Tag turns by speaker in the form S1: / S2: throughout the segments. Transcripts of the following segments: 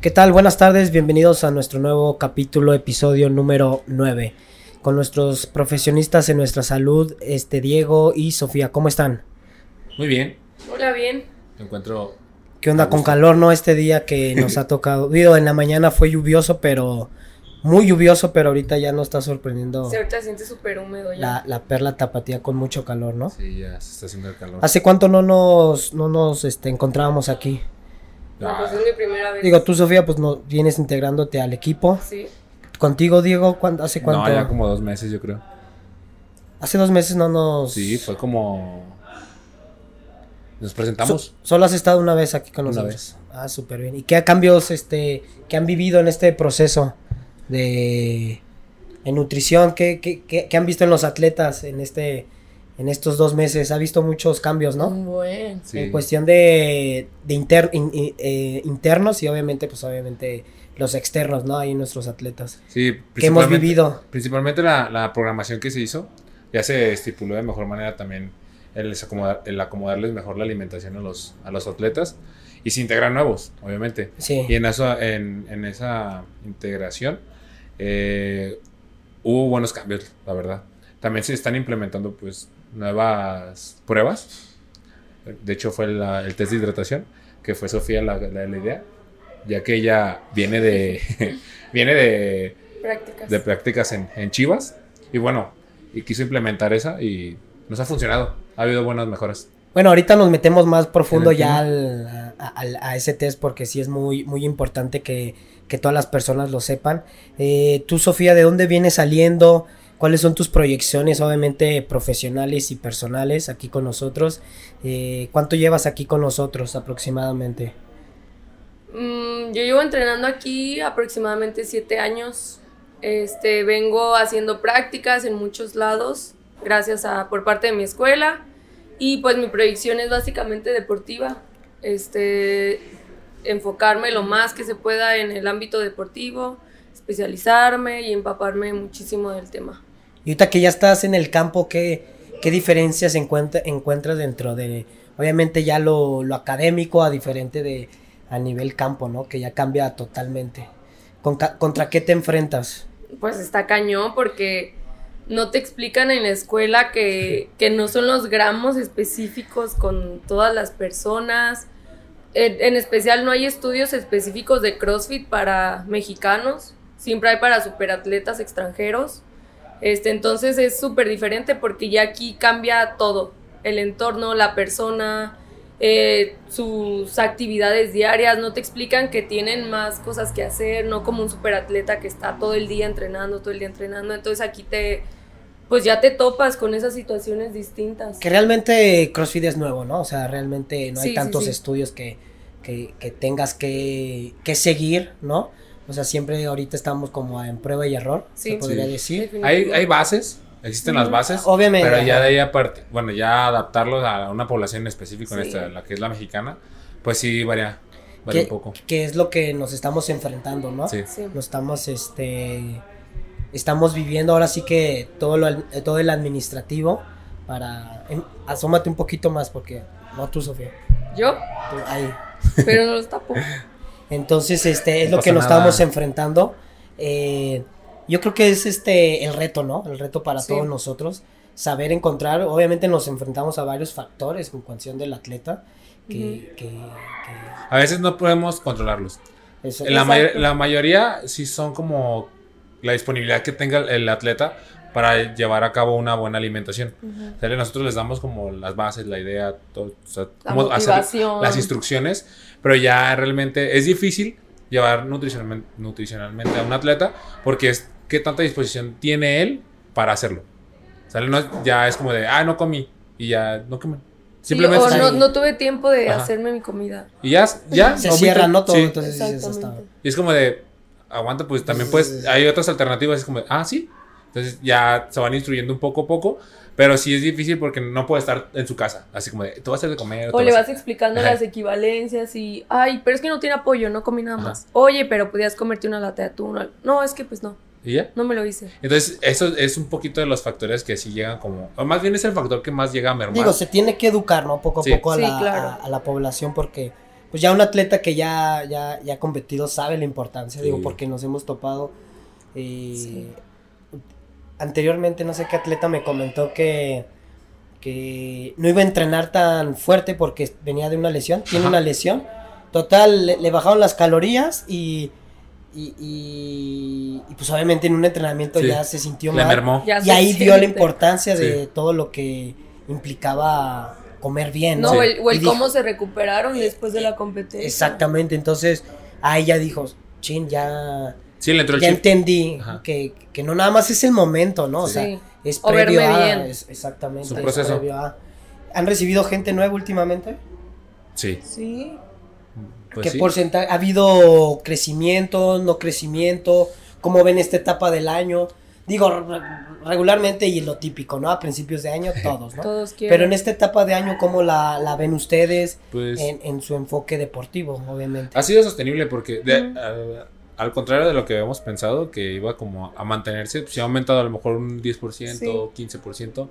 S1: ¿Qué tal? Buenas tardes, bienvenidos a nuestro nuevo capítulo, episodio número 9, con nuestros profesionistas en nuestra salud, este Diego y Sofía, ¿cómo están?
S2: Muy bien,
S3: Hola, bien.
S2: me encuentro.
S1: ¿Qué onda con calor, no? Este día que nos ha tocado, digo, en la mañana fue lluvioso, pero muy lluvioso, pero ahorita ya nos está sorprendiendo
S3: Se ahorita se siente súper húmedo
S1: la,
S3: ya.
S1: la perla tapatía con mucho calor, ¿no?
S2: Sí, ya se está haciendo el calor.
S1: ¿Hace cuánto no nos, no nos este, encontrábamos aquí?
S3: No,
S2: Ah,
S3: pues es mi primera vez.
S1: Digo, tú Sofía, pues no, vienes integrándote al equipo.
S3: Sí.
S1: Contigo, Diego, ¿cuán- ¿hace cuánto?
S2: No, ya como dos meses, yo creo.
S1: Hace dos meses no nos...
S2: Sí, pues. fue como. Nos
S1: So-
S2: presentamos.
S1: solo has estado una vez aquí con
S2: Una
S1: nosotros. Ah, súper bien. ¿Y qué cambios este, que han vivido en este proceso de, en nutrición? ¿Qué, qué, qué- qué han visto en los atletas en, este, en estos dos meses? Ha visto muchos cambios,
S3: Mm.
S1: ¿no?
S3: Bueno.
S2: Sí.
S1: En cuestión de, de inter- in- in- eh, internos y obviamente, pues obviamente los externos, ¿no? Ahí nuestros atletas.
S2: Sí,
S1: Que hemos
S2: principalmente-
S1: vivido.
S2: Principalmente la, la programación que se hizo, ya se estipuló de mejor manera también el, desacomodar- el acomodarles mejor la alimentación a los, a los atletas y se integran nuevos, obviamente.
S1: Sí.
S2: Y en, eso, en, en esa integración eh, hubo buenos cambios, la verdad. También se están implementando pues nuevas pruebas. De hecho fue la- el test de hidratación, que fue Sofía la, la- la idea, ya que ella viene de, viene de,
S3: Prácticas.
S2: de prácticas en, en Chivas. Y bueno, y quiso implementar esa y nos ha funcionado. Ha habido buenas mejoras.
S1: Bueno, ahorita nos metemos más profundo
S2: En el
S1: ya al- a, al- a ese test porque sí es muy, muy importante que, que todas las personas lo sepan. Eh, tú, Sofía, ¿de dónde vienes saliendo? ¿Cuáles son tus proyecciones, obviamente, profesionales y personales aquí con nosotros? Eh, ¿Cuánto llevas aquí con nosotros aproximadamente?
S3: Mm, yo llevo entrenando aquí aproximadamente siete años. Este, vengo haciendo prácticas en muchos lados, gracias a por parte de mi escuela. Y pues mi proyección es básicamente deportiva. Este, enfocarme lo más que se pueda en el ámbito deportivo, especializarme y empaparme muchísimo del tema.
S1: Y ahorita que ya estás en el campo, ¿qué, qué diferencias encuentra- encuentras dentro de, obviamente, ya lo, lo académico a diferente de a nivel campo, ¿no? Que ya cambia totalmente. ¿Con ca- ¿Contra qué te enfrentas?
S3: pues está cañón porque no te explican en la escuela que, que no son los gramos específicos con todas las personas. En, en especial no hay estudios específicos de CrossFit para mexicanos, siempre hay para superatletas extranjeros. Este, entonces es súper diferente porque ya aquí cambia todo, el entorno, la persona, eh, sus actividades diarias, no te explican que tienen más cosas que hacer, no como un superatleta que está todo el día entrenando, todo el día entrenando, entonces aquí te, pues ya te topas con esas situaciones distintas.
S1: Que realmente CrossFit es nuevo, ¿no? O sea, realmente no hay
S3: Sí, sí,
S1: tantos
S3: sí.
S1: estudios que, que, que tengas que, que seguir, ¿no? O sea, siempre ahorita estamos como en prueba y error,
S3: Sí.
S1: se podría
S2: Sí.
S1: decir.
S2: Hay, hay bases, existen las bases.
S1: Obviamente.
S2: Pero ya de ahí aparte, bueno, ya adaptarlos a una población específica, en
S3: Sí.
S2: esta, la que es la mexicana, pues sí varía, varía
S1: que,
S2: un poco.
S1: que es lo que nos estamos enfrentando, ¿no?
S2: Sí.
S3: Sí.
S1: Nos estamos, este, estamos viviendo ahora sí que todo, lo, al- eh, todo el administrativo para... em, asómate un poquito más porque... No tú, Sofía.
S3: Yo,
S1: tú, ahí.
S3: pero no los tapo.
S1: Entonces, este, es
S2: No
S1: lo que
S2: pasa
S1: nos
S2: nada.
S1: estamos enfrentando. Eh, yo creo que es este el reto, ¿no? El reto para
S3: Sí.
S1: todos nosotros. Saber encontrar, obviamente nos enfrentamos a varios factores con cuestión del atleta, que, que-
S3: Ujú.
S1: que-
S2: A veces no podemos controlarlos.
S1: eso-
S2: La,
S1: esa-
S2: mayor- la mayoría sí son como la disponibilidad que tenga el, el atleta para llevar a cabo una buena alimentación. O sea, nosotros les damos como las bases, la idea, todo, o sea,
S3: La
S2: cómo hacer
S3: motivación.
S2: las instrucciones, pero ya realmente es difícil llevar nutricionalmen- nutricionalmente, a un atleta porque es qué tanta disposición tiene él para hacerlo. ¿Sale? No- ya es como de, ah, no comí y ya no comí.
S3: Sí,
S2: Simplemente
S3: o
S2: está
S3: no,
S2: ahí.
S3: no tuve tiempo de
S2: Ajá.
S3: hacerme mi comida.
S2: y ya, ya
S1: se
S2: omite.
S1: cierra, ¿no? Todo,
S2: Sí.
S1: entonces eso está.
S3: Exactamente.
S2: Y es como de, aguanta, pues también
S1: Sí, sí,
S2: pues
S1: sí.
S2: hay otras alternativas, es como, de, ah, sí. Entonces ya se van instruyendo un poco a poco, pero sí es difícil porque no puede estar en su casa, así como de, tú vas a hacer de comer.
S3: O
S2: te
S3: le
S2: vas a-
S3: vas explicando
S2: Ajá.
S3: las equivalencias y, ay, pero es que no tiene apoyo, no comí nada
S2: Ajá.
S3: más. Oye, pero podías comerte una lata de atún. o algo. No, es que pues no,
S2: Y ya.
S3: no me lo hice.
S2: Entonces, eso es un poquito de los factores que sí llegan como. O más bien es el factor que más llega a mermar.
S1: Digo, se tiene que educar, ¿no? Poco a
S2: Sí.
S1: poco a,
S3: Sí,
S1: la,
S3: claro.
S1: a- a la población porque pues ya un atleta que ya, ya, ya ha competido sabe la importancia,
S2: Sí.
S1: digo, porque nos hemos topado. eh, Anteriormente, no sé qué atleta me comentó que, que no iba a entrenar tan fuerte porque venía de una lesión, tiene
S2: Ajá.
S1: una lesión. Total, le, le bajaron las calorías y, y, y- y, pues obviamente en un entrenamiento
S2: Sí.
S1: ya se sintió
S2: Le
S1: mal.
S2: mermó.
S3: Ya
S1: Y
S3: se
S1: ahí vio la
S3: siente.
S1: importancia de
S2: Sí.
S1: todo lo que implicaba comer bien.
S3: No,
S2: Sí.
S3: o el, o el
S1: Y dijo-
S3: cómo se recuperaron después de la competencia.
S1: Exactamente, entonces ahí ya dijo, chin, ya,
S2: Sí, le entró el
S1: ya
S2: chip.
S1: entendí
S2: Ajá.
S1: que, que no nada más es el momento, ¿no? O
S3: Sí.
S1: sea, es
S3: O
S1: previo
S3: verme
S1: a-
S3: bien.
S1: es- exactamente.
S2: Su
S1: es
S2: proceso.
S1: previo a- ¿Han recibido gente nueva últimamente?
S2: Sí.
S3: Sí.
S2: Pues
S1: ¿Qué
S2: sí.
S1: porcentaje? ¿Ha habido crecimiento, no crecimiento? ¿Cómo ven esta etapa del año? Digo, re- regularmente y lo típico, ¿no? A principios de año todos, ¿no?
S3: Todos quieren.
S1: Pero en esta etapa de año, ¿cómo la, la ven ustedes
S2: Pues,
S1: en, en su enfoque deportivo, obviamente?
S2: ha sido sostenible porque, de-
S3: Ujú.
S2: al, al contrario de lo que habíamos pensado, que iba como a mantenerse, pues, se ha aumentado a lo mejor un 10%,
S3: Sí.
S2: 15%.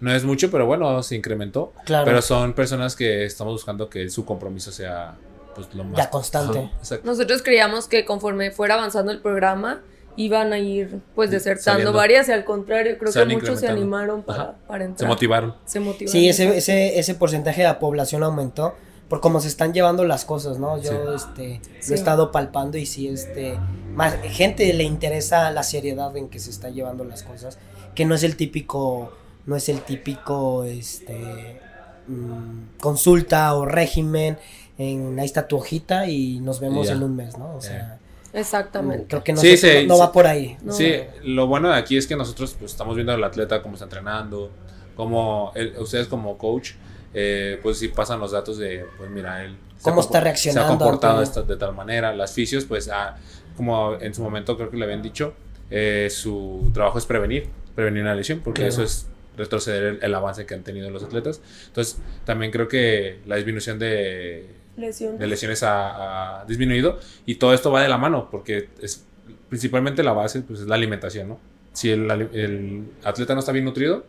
S2: No es mucho, pero bueno, se incrementó.
S1: Claro.
S2: Pero son personas que estamos buscando que su compromiso sea pues lo más
S1: Ya constante.
S2: Ajá, exacto.
S3: Nosotros creíamos que conforme fuera avanzando el programa iban a ir pues desertando
S2: Saliendo.
S3: varias y al contrario creo
S2: Se
S3: que
S2: van
S3: muchos se
S2: incrementando.
S3: animaron para,
S2: Ajá.
S3: para entrar.
S2: Se motivaron.
S3: Se motivaron.
S1: Sí, ese, ese, ese porcentaje de la población aumentó por cómo se están llevando las cosas, ¿no? Yo
S2: Sí.
S1: este, lo
S3: Sí.
S1: he estado palpando y sí, este, más gente le interesa la seriedad en que se está llevando las cosas, que no es el típico, no es el típico, este, mm, consulta o régimen en ahí está tu hojita y nos vemos
S2: Ya. Eh.
S1: en un mes, ¿no? O sea,
S3: Exactamente.
S1: creo que no,
S2: Sí,
S1: se-
S2: se-
S1: no- no va por ahí.
S3: No.
S2: Sí, lo bueno de aquí es que nosotros pues, estamos viendo al atleta cómo está entrenando, cómo él- ustedes como coach, eh, pues sí pasan los datos de, pues mira, él se
S1: Cómo
S2: ha
S1: está
S2: compor-
S1: reaccionando
S2: Se ha comportado
S1: ante-
S2: esta- de tal manera. Las fisios, pues ah, como en su momento creo que le habían dicho, eh, su trabajo es prevenir, prevenir una lesión, porque
S1: Claro.
S2: eso es retroceder el, el avance que han tenido los atletas. Entonces, también creo que la disminución de
S3: Lesión.
S2: de lesiones ha, ha disminuido y todo esto va de la mano porque es principalmente la base pues es la alimentación no si el, ali- el atleta no está bien nutrido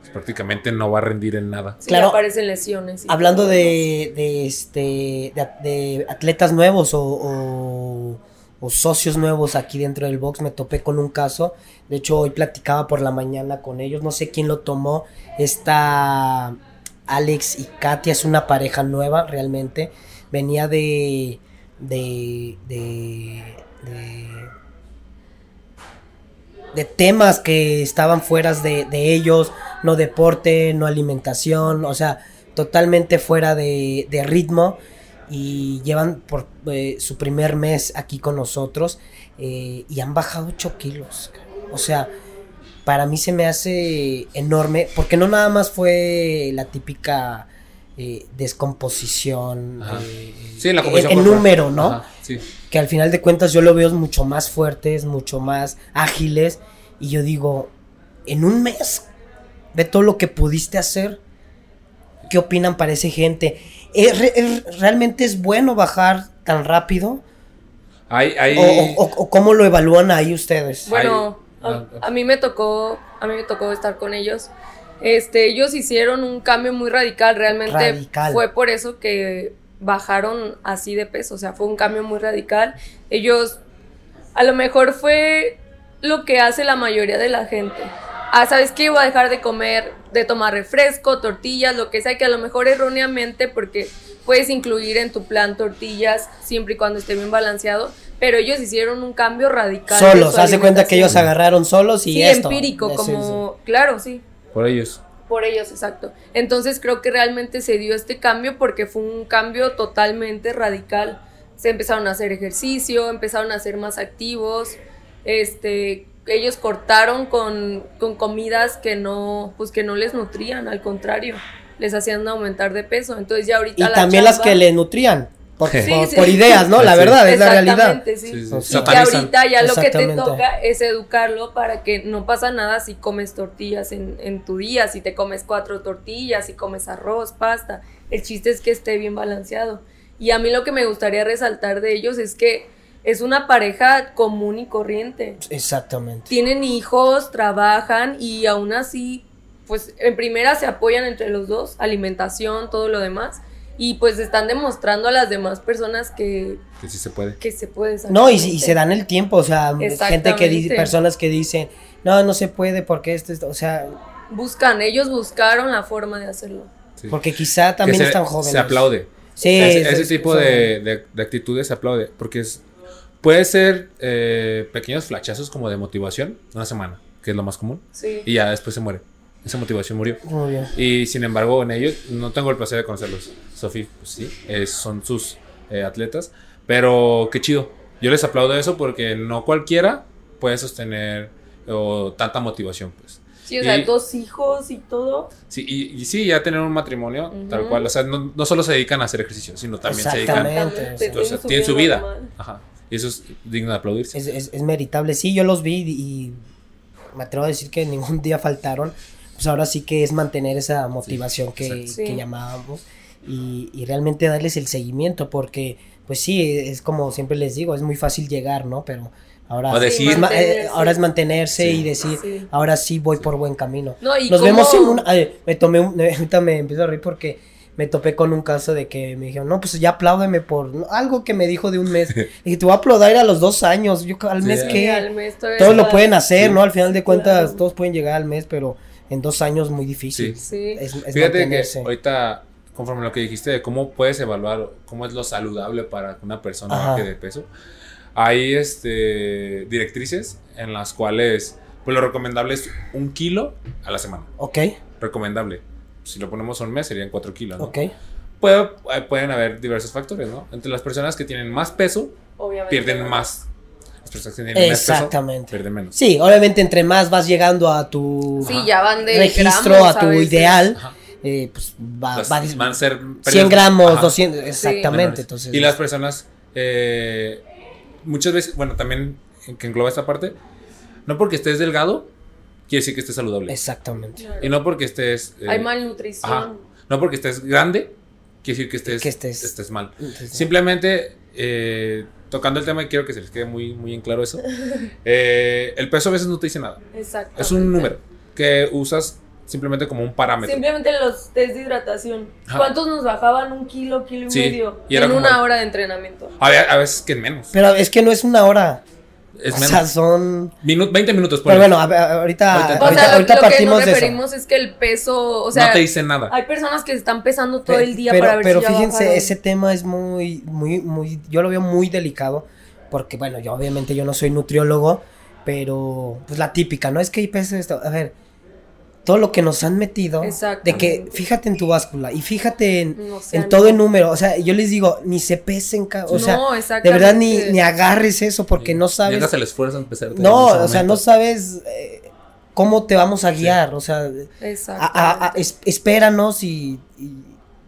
S2: pues, prácticamente no va a rendir en nada
S3: Sí,
S1: Claro.
S3: aparecen lesiones. y
S1: Hablando
S3: todo.
S1: de, de, este, de, de atletas nuevos o, o- o socios nuevos aquí dentro del box, me topé con un caso. De hecho, hoy platicaba por la mañana con ellos. No sé quién lo tomó. Esta Alex y Katia es una pareja nueva realmente. Venía de. de. de. de, de temas que estaban fuera de, de ellos. No deporte, no alimentación. O sea, totalmente fuera de, de ritmo y llevan por eh, su primer mes aquí con nosotros eh, y han bajado 8 kilos. cabrón. O sea, para mí se me hace enorme porque no nada más fue la típica eh, descomposición
S2: Ajá.
S1: eh,
S2: sí la
S1: en-
S2: composición
S1: en,
S2: corporal.
S1: número, ¿no?
S2: Ajá, sí
S1: que al final de cuentas yo lo veo mucho más fuertes, mucho más ágiles. Y yo digo, en un mes, ve todo lo que pudiste hacer. ¿Qué opinan para esa gente? ¿Es re- es- ¿Realmente es bueno bajar tan rápido?
S2: hay
S1: ¿O,
S2: hay
S1: o- o- o cómo lo evalúan ahí ustedes?
S3: Bueno,
S2: Ay,
S3: a,
S2: ah,
S3: a mí me tocó, a mí me tocó estar con ellos. Este, ellos hicieron un cambio muy radical, realmente
S1: Radical.
S3: fue por eso que bajaron así de peso, o sea, fue un cambio muy radical. Ellos a lo mejor fue lo que hace la mayoría de la gente. Ah, ¿sabes qué? Voy a dejar de comer, de tomar refresco, tortillas, lo que sea, que a lo mejor erróneamente, porque puedes incluir en tu plan tortillas siempre y cuando esté bien balanceado, pero ellos hicieron un cambio radical. de
S1: Solos,
S3: su
S1: hace cuenta que ellos
S3: alimentación.
S1: agarraron solos y
S3: Sí,
S1: esto.
S3: empírico,
S1: Sí, sí,
S3: como, claro, sí,
S2: por ellos
S3: por ellos, exacto. Entonces creo que realmente se dio este cambio porque fue un cambio totalmente radical. Se empezaron a hacer ejercicio, empezaron a ser más activos, este, ellos cortaron con, con comidas que no, pues que no les nutrían, al contrario, les hacían aumentar de peso. Entonces ya
S1: Y
S3: ahorita la
S1: también las
S3: chamba-
S1: que le nutrían. Por,
S2: Sí,
S1: por-
S3: sí.
S1: por ideas, ¿no? La
S2: Sí.
S1: verdad, es la realidad.
S3: Exactamente,
S2: Sí, sí,
S1: Sí,
S3: y que
S2: satanizan.
S3: ahorita ya lo que te
S1: Exactamente.
S3: toca es educarlo para que no pasa nada si comes tortillas en, en tu día, si te comes cuatro tortillas, si comes arroz, pasta. El chiste es que esté bien balanceado. Y a mí lo que me gustaría resaltar de ellos es que es una pareja común y corriente.
S1: Exactamente.
S3: Tienen hijos, trabajan y aún así, pues en primera se apoyan entre los dos, alimentación, todo lo demás. y pues están demostrando a las demás personas que,
S2: Que sí se puede.
S3: que se puede sacar.
S1: No, y, y se dan el tiempo, o sea, gente que dice,
S3: Exactamente.
S1: personas que dicen, no, no se puede porque esto, esto", o sea,
S3: Buscan, ellos buscaron la forma de hacerlo.
S2: sí.
S1: porque quizá
S2: Que
S1: también
S2: se-
S1: están jóvenes.
S2: Se aplaude.
S1: Sí,
S2: Ese,
S1: es-
S2: ese
S1: es-
S2: tipo
S1: son-
S2: de, de- de actitudes se aplaude. Porque es, puede ser eh, pequeños flachazos como de motivación, una semana, que es lo más común.
S3: Sí.
S2: Y ya después se muere. Esa motivación murió.
S1: Muy bien.
S2: Y sin embargo, en ellos no tengo el placer de conocerlos. Sofi, pues sí, es- son sus eh, atletas. Pero qué chido. Yo les aplaudo eso porque no cualquiera puede sostener o, tanta motivación, pues.
S3: Sí, o sea,
S2: Y-
S3: dos hijos y todo.
S2: Sí, y, y sí, ya tener un matrimonio, tal
S3: Ujú.
S2: cual. O sea, no, no solo se dedican a hacer ejercicio, sino también se dedican.
S1: Exactamente,
S3: Exactamente,
S1: sí.
S2: O sea, tienen su vida. Ajá. Y eso es digno de aplaudirse.
S1: Es, es- es meritable. Sí, yo los vi y me atrevo a decir que ningún día faltaron. Pues ahora sí que es mantener esa motivación que,
S2: exacto.
S1: que
S3: Sí.
S1: llamábamos y, y realmente darles el seguimiento porque, pues sí, es como siempre les digo, es muy fácil llegar, ¿no? Pero ahora,
S2: O decir-
S1: es ma- eh,
S3: Mantenerse.
S1: ahora es mantenerse
S2: Sí.
S1: y decir,
S3: Sí.
S1: ahora sí voy por buen camino.
S3: No, y
S1: Nos
S3: cómo-
S1: vemos en una. ay, me tomé un. Ahorita me empiezo a reír porque me topé con un caso de que me dijeron, no, pues ya apláudeme por no, algo que me dijo de un mes. Y dije, te voy a aplaudir a los dos años. Yo al
S2: Sí,
S1: mes
S2: al-
S3: Sí,
S1: que.
S3: al mes todavía
S1: Todos lo
S3: está-
S1: pueden hacer, ¿no? Al final de cuentas,
S3: Claro.
S1: todos pueden llegar al mes, pero en dos años muy difícil.
S2: Sí.
S3: Sí.
S1: Es, es
S2: Fíjate que
S1: mantenerse.
S2: ahorita, conforme a lo que dijiste de cómo puedes evaluar, cómo es lo saludable para que una persona
S1: Ajá.
S2: baje de peso, hay este, directrices en las cuales pues, lo recomendable es un kilo a la semana.
S1: Ok,
S2: Recomendable. Si lo ponemos a un mes serían cuatro kilos. ¿no?
S1: ok.
S2: Puede- eh, pueden haber diversos factores, ¿no? Entre las personas que tienen más peso,
S3: Obviamente.
S2: pierden
S3: no.
S2: más. Las personas que tienen menos peso,
S1: Exactamente.
S2: pierden menos.
S1: Sí, obviamente, entre más vas llegando a tu
S3: Sí, ya van de
S1: registro,
S3: gramos
S1: a tu
S3: veces.
S1: ideal,
S2: Ajá.
S1: eh, pues va,
S2: Las-
S1: va dis-
S2: van a ser
S1: 100
S2: pérdidas-
S1: gramos,
S2: Ajá.
S1: 200, exactamente.
S2: menores.
S1: Entonces,
S2: Y las personas, eh, muchas veces, bueno, también en- que engloba esta parte, no porque estés delgado, quiere decir que estés saludable.
S1: Exactamente.
S2: Y no porque estés... eh,
S3: Hay malnutrición.
S2: ajá. No porque estés grande, quiere decir que estés,
S1: Que estés- Este.
S2: mal.
S1: Entonces,
S2: Simplemente, eh, tocando el tema, y quiero que se les quede muy, muy en claro eso, eh, el peso a veces no te dice nada.
S3: Exacto.
S2: Es un número que usas simplemente como un parámetro.
S3: Simplemente los test de hidratación.
S2: Ajá.
S3: ¿Cuántos nos bajaban un kilo, kilo y
S2: Sí,
S3: medio
S2: y era
S3: en
S2: como-
S3: una hora de entrenamiento?
S2: A, ve- a veces que menos.
S1: Pero es que no es una hora.
S2: Es
S1: o
S2: menos.
S1: sea, son.
S2: Minu- 20 minutos,
S1: Pero
S2: ponle.
S1: bueno, a ver, ahorita,
S2: Ahorita-
S1: ahorita,
S3: O sea, lo,
S1: ahorita
S3: lo que
S1: partimos
S3: nos
S1: de eso.
S3: referimos es que el peso, o sea,
S2: no te dice nada.
S3: hay personas que están pesando todo el día
S1: pero,
S3: para ver
S1: pero
S3: si ya
S1: fíjense,
S3: bajaron.
S1: ese tema es muy, muy, muy, yo lo veo muy delicado, porque bueno, yo obviamente yo no soy nutriólogo, pero pues la típica, ¿no? Es que hay peces, esto, a ver, todo lo que nos han metido, de que
S3: Exactamente.
S1: fíjate en tu báscula y fíjate en,
S3: No, o sea,
S1: en todo el
S3: no.
S1: número, o sea, yo les digo, ni se pesen, ca- o sea,
S3: No,
S1: de verdad ni,
S3: exactamente.
S1: ni agarres eso porque no sabes
S2: Llegas al esfuerzo a empezar.
S1: No, o sea, no sabes eh, cómo te vamos a guiar. O sea,
S3: Exacto.
S1: a- a- a- es- espéranos y, y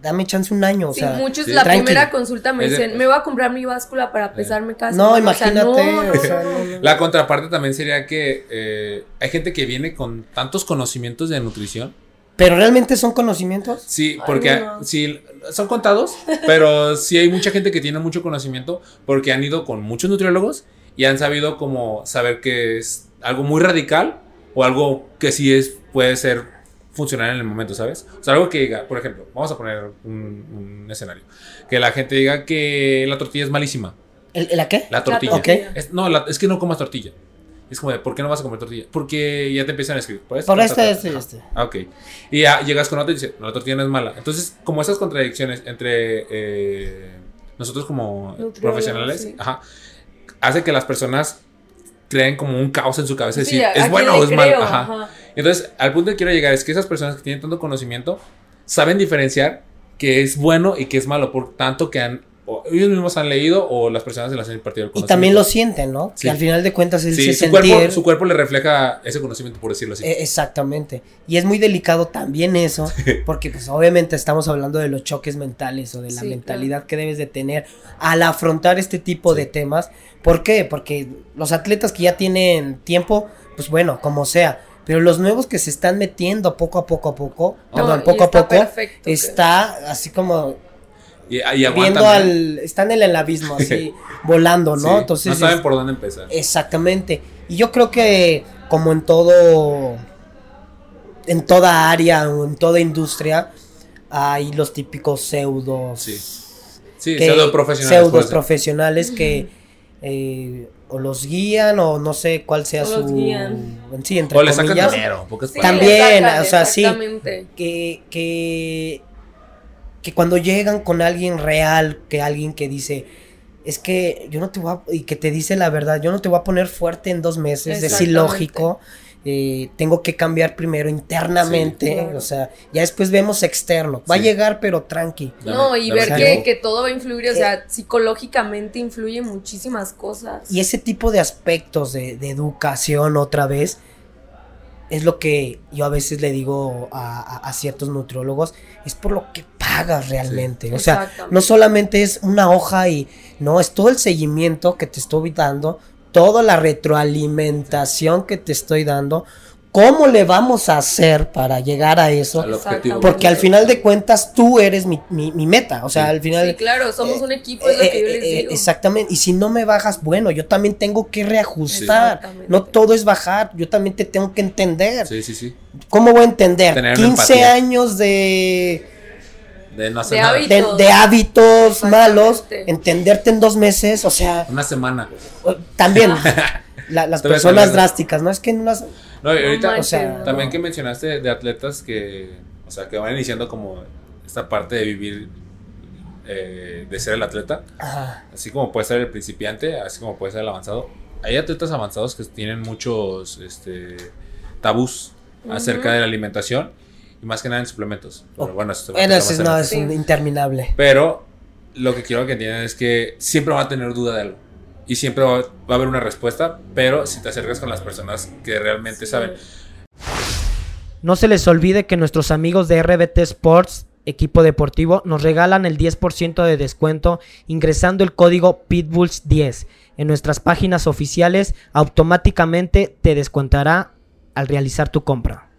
S1: dame chance un año. O
S3: Sí,
S1: sea,
S3: muchos
S2: sí.
S3: la
S1: Tranqui.
S3: primera consulta me
S2: Es de- pues
S3: dicen, me voy a comprar mi báscula para pesarme cada
S1: no,
S3: semana". O sea,
S1: imagínate.
S3: no, no,
S1: o sea,
S3: no, no.
S1: no, no.
S2: La contraparte también sería que eh, hay gente que viene con tantos conocimientos de nutrición.
S1: Pero realmente son conocimientos.
S2: Sí, porque
S3: no.
S2: sí, son contados, pero sí hay mucha gente que tiene mucho conocimiento porque han ido con muchos nutriólogos y han sabido como saber que es algo muy radical o algo que sí es, puede ser funcional en el momento, ¿sabes? O sea, algo que diga, por ejemplo, vamos a poner un, un escenario, que la gente diga que la tortilla es malísima.
S1: ¿El- el ¿La qué?
S2: La tortilla.
S1: Ok.
S2: Es- no, la- es que no comas tortilla. Es como de, ¿por qué no vas a comer tortilla? Porque ya te empiezan a escribir. Por esto,
S1: Por
S2: ta,
S1: esto,
S2: ta, ta.
S1: esto y
S2: Ajá.
S3: este.
S1: esto.
S2: Ah, ok. Y ya llegas con otra y dices, no, la tortilla no es mala. Entonces, como esas contradicciones entre eh, nosotros como
S3: Nutriólogos,
S2: profesionales,
S3: sí.
S2: ajá, hace que las personas creen como un caos en su cabeza.
S3: Sí,
S2: decir,
S3: ¿a- a
S2: ¿es
S3: quién
S2: bueno
S3: le
S2: o es malo?
S3: creo?
S2: Ajá.
S3: Ajá.
S2: Entonces, al punto que quiero llegar es que esas personas que tienen tanto conocimiento saben diferenciar que es bueno y que es malo, por tanto que han, o ellos mismos han leído o las personas se las han impartido el
S1: Y
S2: conocimiento.
S1: también lo sienten, ¿no?
S2: Sí.
S1: Que al final de cuentas él
S2: Sí,
S1: se
S2: su,
S1: sentir.
S2: cuerpo, su cuerpo le refleja ese conocimiento, por decirlo así.
S1: Eh, exactamente. Y es muy delicado también eso, porque pues obviamente estamos hablando de los choques mentales o de la
S3: Sí,
S1: mentalidad que debes de tener al afrontar este tipo de temas. ¿Por qué? Porque los atletas que ya tienen tiempo, pues bueno, como sea, pero los nuevos que se están metiendo poco a poco a poco,
S3: No,
S1: perdón,
S3: y
S1: poco a
S3: está
S1: poco,
S3: perfecto, pues. creo.
S1: está así como
S2: y, y aguantan,
S1: viendo
S2: ¿no?
S1: al, están en el abismo, así volando,
S2: Sí,
S1: ¿no? Entonces
S2: no saben
S1: es-
S2: por dónde empezar.
S1: Exactamente. Y yo creo que como en todo, en toda área o en toda industria, hay los típicos pseudos.
S2: Sí. Sí, pseudo profesionales.
S1: pseudos profesionales que eh, o los guían o no sé cuál sea
S3: O los
S1: su.
S3: guían.
S1: Sí, entre
S2: O le sacan
S1: comillas.
S2: dinero, porque es
S3: Sí,
S2: para-
S1: También,
S3: le sacan,
S1: o sea, sí.
S3: Exactamente.
S1: que, que, que cuando llegan con alguien real, que alguien que dice, es que yo no te voy a, y que te dice la verdad, yo no te voy a poner fuerte en dos meses, es
S3: Exactamente.
S1: ilógico, eh, tengo que cambiar primero internamente,
S3: Sí, claro.
S1: o sea, ya después vemos externo, va a
S2: Sí.
S1: llegar pero tranqui.
S2: Dame-
S3: no, y
S2: dame
S3: ver
S2: tiempo.
S3: que, que todo va a influir, o sea, psicológicamente influye muchísimas cosas.
S1: Y ese tipo de aspectos de, de educación otra vez es lo que yo a veces le digo a, a- a ciertos nutriólogos, es por lo que pagas realmente. O sea,
S3: Exactamente.
S1: no solamente es una hoja y no, es todo el seguimiento que te estoy dando, toda la retroalimentación que te estoy dando, cómo le vamos a hacer para llegar a eso,
S2: Al objetivo.
S1: porque al final de cuentas tú eres mi, mi- mi meta, o sea,
S2: Sí.
S1: al final...
S3: Sí, claro, somos
S1: eh,
S3: un equipo, es lo que yo
S1: eh,
S3: les
S1: eh,
S3: digo.
S1: Exactamente, y si no me bajas, bueno, yo también tengo que reajustar.
S3: Exactamente.
S1: No todo es bajar, yo también te tengo que entender.
S2: Sí, sí, sí.
S1: ¿Cómo voy a entender?
S2: Tener
S1: 15
S2: empatía.
S1: años de
S2: De no hacer
S3: De
S2: nada.
S3: hábito.
S1: de, de hábitos
S3: Exactamente.
S1: malos, entenderte en dos meses, o sea,
S2: Una semana.
S1: o- también la- las
S2: Te ves
S1: personas
S2: hablando.
S1: drásticas, ¿no? Es que en unas...
S2: No, y ahorita,
S3: No
S1: o sea,
S3: manches,
S2: También
S3: no.
S2: que mencionaste de atletas que, o sea, que van iniciando como esta parte de vivir, eh, de ser el atleta,
S1: Ajá,
S2: así como puede ser el principiante, así como puede ser el avanzado. Hay atletas avanzados que tienen muchos este, tabús acerca
S3: Ujú.
S2: de la alimentación y más que nada en suplementos. Pero
S1: Ok.
S2: bueno, eso es
S1: bueno,
S2: otro
S1: eso es,
S2: tema.
S1: no, es
S3: Oh. Sí.
S1: un interminable.
S2: Pero lo que quiero que entiendan es que siempre va a tener duda de algo. Y siempre va, va a haber una respuesta, pero si te acercas con las personas que realmente saben.
S1: No se les olvide que nuestros amigos de RBT Sports, equipo deportivo, nos regalan el 10% de descuento ingresando el código PITBULLS10. En nuestras páginas oficiales automáticamente te descuentará al realizar tu compra.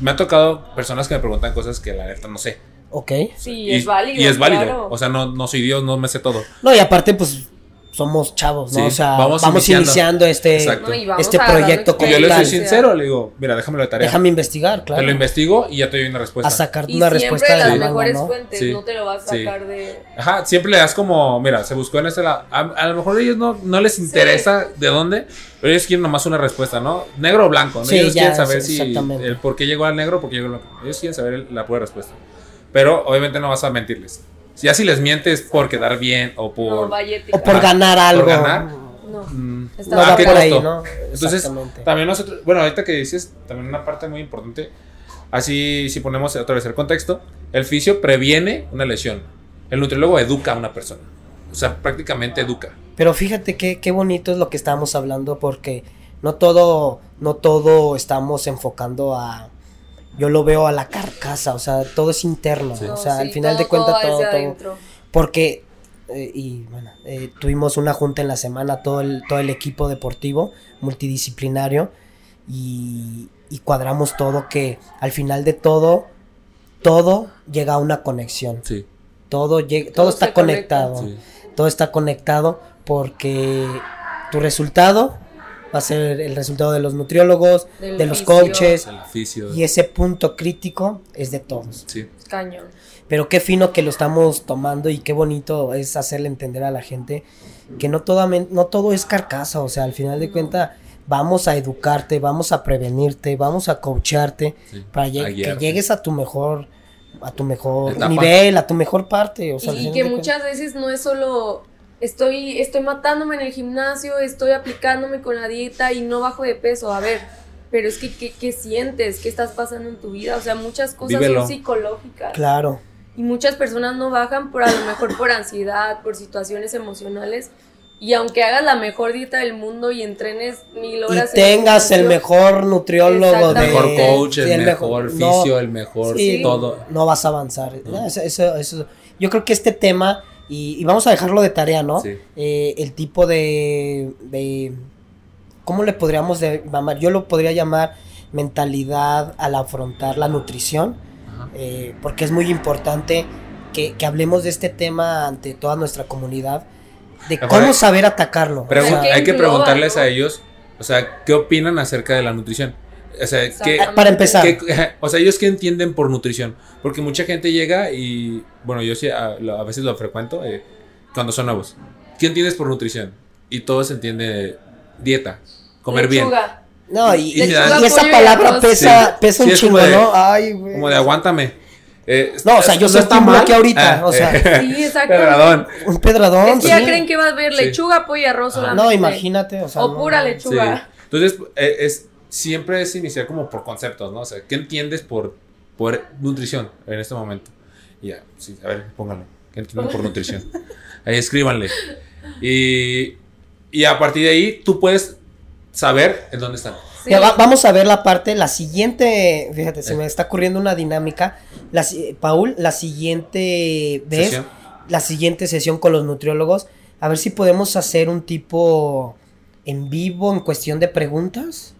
S2: Me ha tocado personas que me preguntan cosas que la neta no sé.
S1: Ok.
S3: Sí, es válido.
S2: Y es válido.
S3: claro.
S2: O sea, no, no soy Dios, no me sé todo.
S1: No, y aparte, pues, somos chavos, ¿no?
S2: Sí,
S1: o sea, vamos,
S2: vamos
S1: iniciando,
S2: iniciando.
S1: este...
S2: Exacto.
S3: No, y vamos
S1: Este
S3: agarrando
S1: proyecto como
S2: Y yo le soy
S1: tal.
S3: experiencia.
S2: sincero, le digo, mira, déjamelo de tarea.
S1: Déjame investigar, claro.
S2: Te lo investigo y ya te doy una
S1: a
S2: respuesta.
S1: sacar
S3: Y
S1: una
S3: siempre
S1: respuesta
S3: de
S1: de
S3: las
S1: la manga,
S3: mejores
S1: ¿no?
S3: fuentes,
S2: Sí,
S3: no te lo vas a
S2: sí.
S3: sacar de...
S2: Ajá, siempre le das como, mira, se buscó en este lado. A, a lo mejor a ellos no, no les interesa de dónde, pero ellos quieren nomás una respuesta, ¿no? Negro o blanco. ¿no?
S1: Sí,
S2: ellos
S1: ya,
S2: quieren saber
S1: sí,
S2: si
S1: exactamente.
S2: el por qué llegó al negro, por qué llegó al blanco. Ellos quieren saber el- la pura respuesta. Pero obviamente no vas a mentirles. Si así les mientes por quedar bien o por.
S3: No, vaya ética.
S1: O por
S2: Ajá,
S1: ganar algo.
S2: Ah, ganar.
S3: No.
S2: mm,
S3: Está
S1: No
S2: ¿a
S1: va
S2: qué
S1: por ahí,
S2: costo?
S1: ¿no?
S2: Entonces,
S1: Exactamente.
S2: también nosotros, bueno, ahorita que dices, también una parte muy importante, así si ponemos otra vez el contexto, el fisio previene una lesión, el nutriólogo educa a una persona, o sea, prácticamente educa.
S1: Pero fíjate qué, qué bonito es lo que estábamos hablando porque no todo, no todo estamos enfocando a... Yo lo veo a la carcasa, o sea, todo es interno,
S2: Sí.
S1: o
S3: No,
S1: sea,
S3: sí,
S1: al final de
S3: todo-
S1: cuentas
S3: todo
S1: todo,
S3: hacia
S1: todo,
S3: adentro.
S1: porque eh, y bueno, eh, tuvimos una junta en la semana todo el todo el equipo deportivo multidisciplinario y, y cuadramos todo que al final de todo todo llega a una conexión,
S2: Sí,
S1: todo llega, todo,
S3: Todo
S1: está
S3: se conecta.
S1: conectado, todo está conectado porque tu resultado va a ser el resultado de los nutriólogos,
S3: Del
S1: de los
S3: fisio.
S1: coaches
S2: el fisio.
S1: y ese punto crítico es de todos.
S2: Sí,
S3: Cañón.
S1: Pero qué fino que lo estamos tomando y qué bonito es hacerle entender a la gente que no, toda, men- no todo es carcasa, o sea, al final de
S3: No.
S1: cuentas vamos a educarte, vamos a prevenirte, vamos a coacharte
S2: sí.
S1: para lle-
S2: A
S1: que
S2: guiarte.
S1: llegues a tu mejor a tu mejor
S2: Etapa.
S1: nivel, a tu mejor parte, o sea, al
S3: y
S1: final
S3: que
S1: de cuentas-
S3: muchas veces no es solo estoy, estoy matándome en el gimnasio, estoy aplicándome con la dieta y no bajo de peso. A ver, pero es que ¿qué, qué sientes? ¿Qué estás pasando en tu vida? O sea, muchas cosas
S2: Vívelo.
S3: son psicológicas.
S1: claro,
S3: Y muchas personas no bajan por a lo mejor por ansiedad, por situaciones emocionales. Y aunque hagas la mejor dieta del mundo y entrenes mil
S1: y
S3: horas. en
S1: tengas el
S3: gimnasio,
S1: mejor nutriólogo de
S2: El mejor coach, el,
S1: sí,
S2: mejor,
S1: no,
S2: fisio, el mejor
S1: Sí,
S2: todo.
S1: No vas a avanzar.
S2: No.
S1: Ah, Eso, eso- eso- Yo creo que este tema, y, y vamos a dejarlo de tarea, ¿no?
S2: Sí.
S1: Eh, el tipo de, de- ¿Cómo le podríamos de- llamar? Yo lo podría llamar mentalidad al afrontar la nutrición,
S2: Ajá.
S1: eh, porque es muy importante que, que hablemos de este tema ante toda nuestra comunidad, de
S2: Mejor
S1: cómo
S2: hay-
S1: saber atacarlo. o
S2: Pregun-
S1: sea,
S3: que
S2: hay que
S3: engloba,
S2: preguntarles
S3: ¿no?
S2: a ellos, o sea, ¿qué opinan acerca de la nutrición? O sea, ¿qué-
S3: Exactamente.
S1: Para empezar.
S2: qué- o sea, ellos que entienden por nutrición. Porque mucha gente llega y, bueno, yo sí a, lo- a veces lo frecuento eh, cuando son nuevos. ¿Qué entiendes por nutrición? Y todo se entiende dieta, comer bien.
S3: Lechuga.
S1: No, y,
S2: Y
S1: y-
S2: lechuga,
S1: y esa
S3: pollo y
S1: palabra
S3: arroz.
S1: pesa,
S2: Sí.
S1: pesa
S2: Sí,
S1: un
S2: es
S1: chingo,
S2: como de-
S1: ¿no? Ay, güey.
S2: Como de aguántame. Eh,
S1: No, o sea, yo soy
S2: está
S1: quien
S2: mal. Ah,
S1: bloquea ahorita, o sea.
S3: Sí, exacto.
S2: Perdón.
S1: Un pedradón.
S3: Es que ya
S1: sí.
S3: creen que va a haber
S2: Sí.
S3: lechuga, pollo y arroz solamente.
S1: No, imagínate, o sea.
S3: O
S1: no,
S3: pura
S1: no.
S2: Sí.
S3: lechuga.
S2: Entonces, eh, es, siempre es iniciar como por conceptos, ¿no? O sea, ¿qué entiendes por, por nutrición en este momento? Y ya, sí, a ver, pónganlo. ¿Qué entienden por nutrición? Ahí escríbanle. Y, y a partir de ahí, tú puedes saber en dónde están.
S3: Sí.
S1: Ya va- vamos a ver la parte, la siguiente, fíjate,
S2: Eh.
S1: se me está ocurriendo una dinámica. La si- Paul, la siguiente vez,
S2: Sesión.
S1: la siguiente sesión con los nutriólogos, a ver si podemos hacer un tipo en vivo en cuestión de preguntas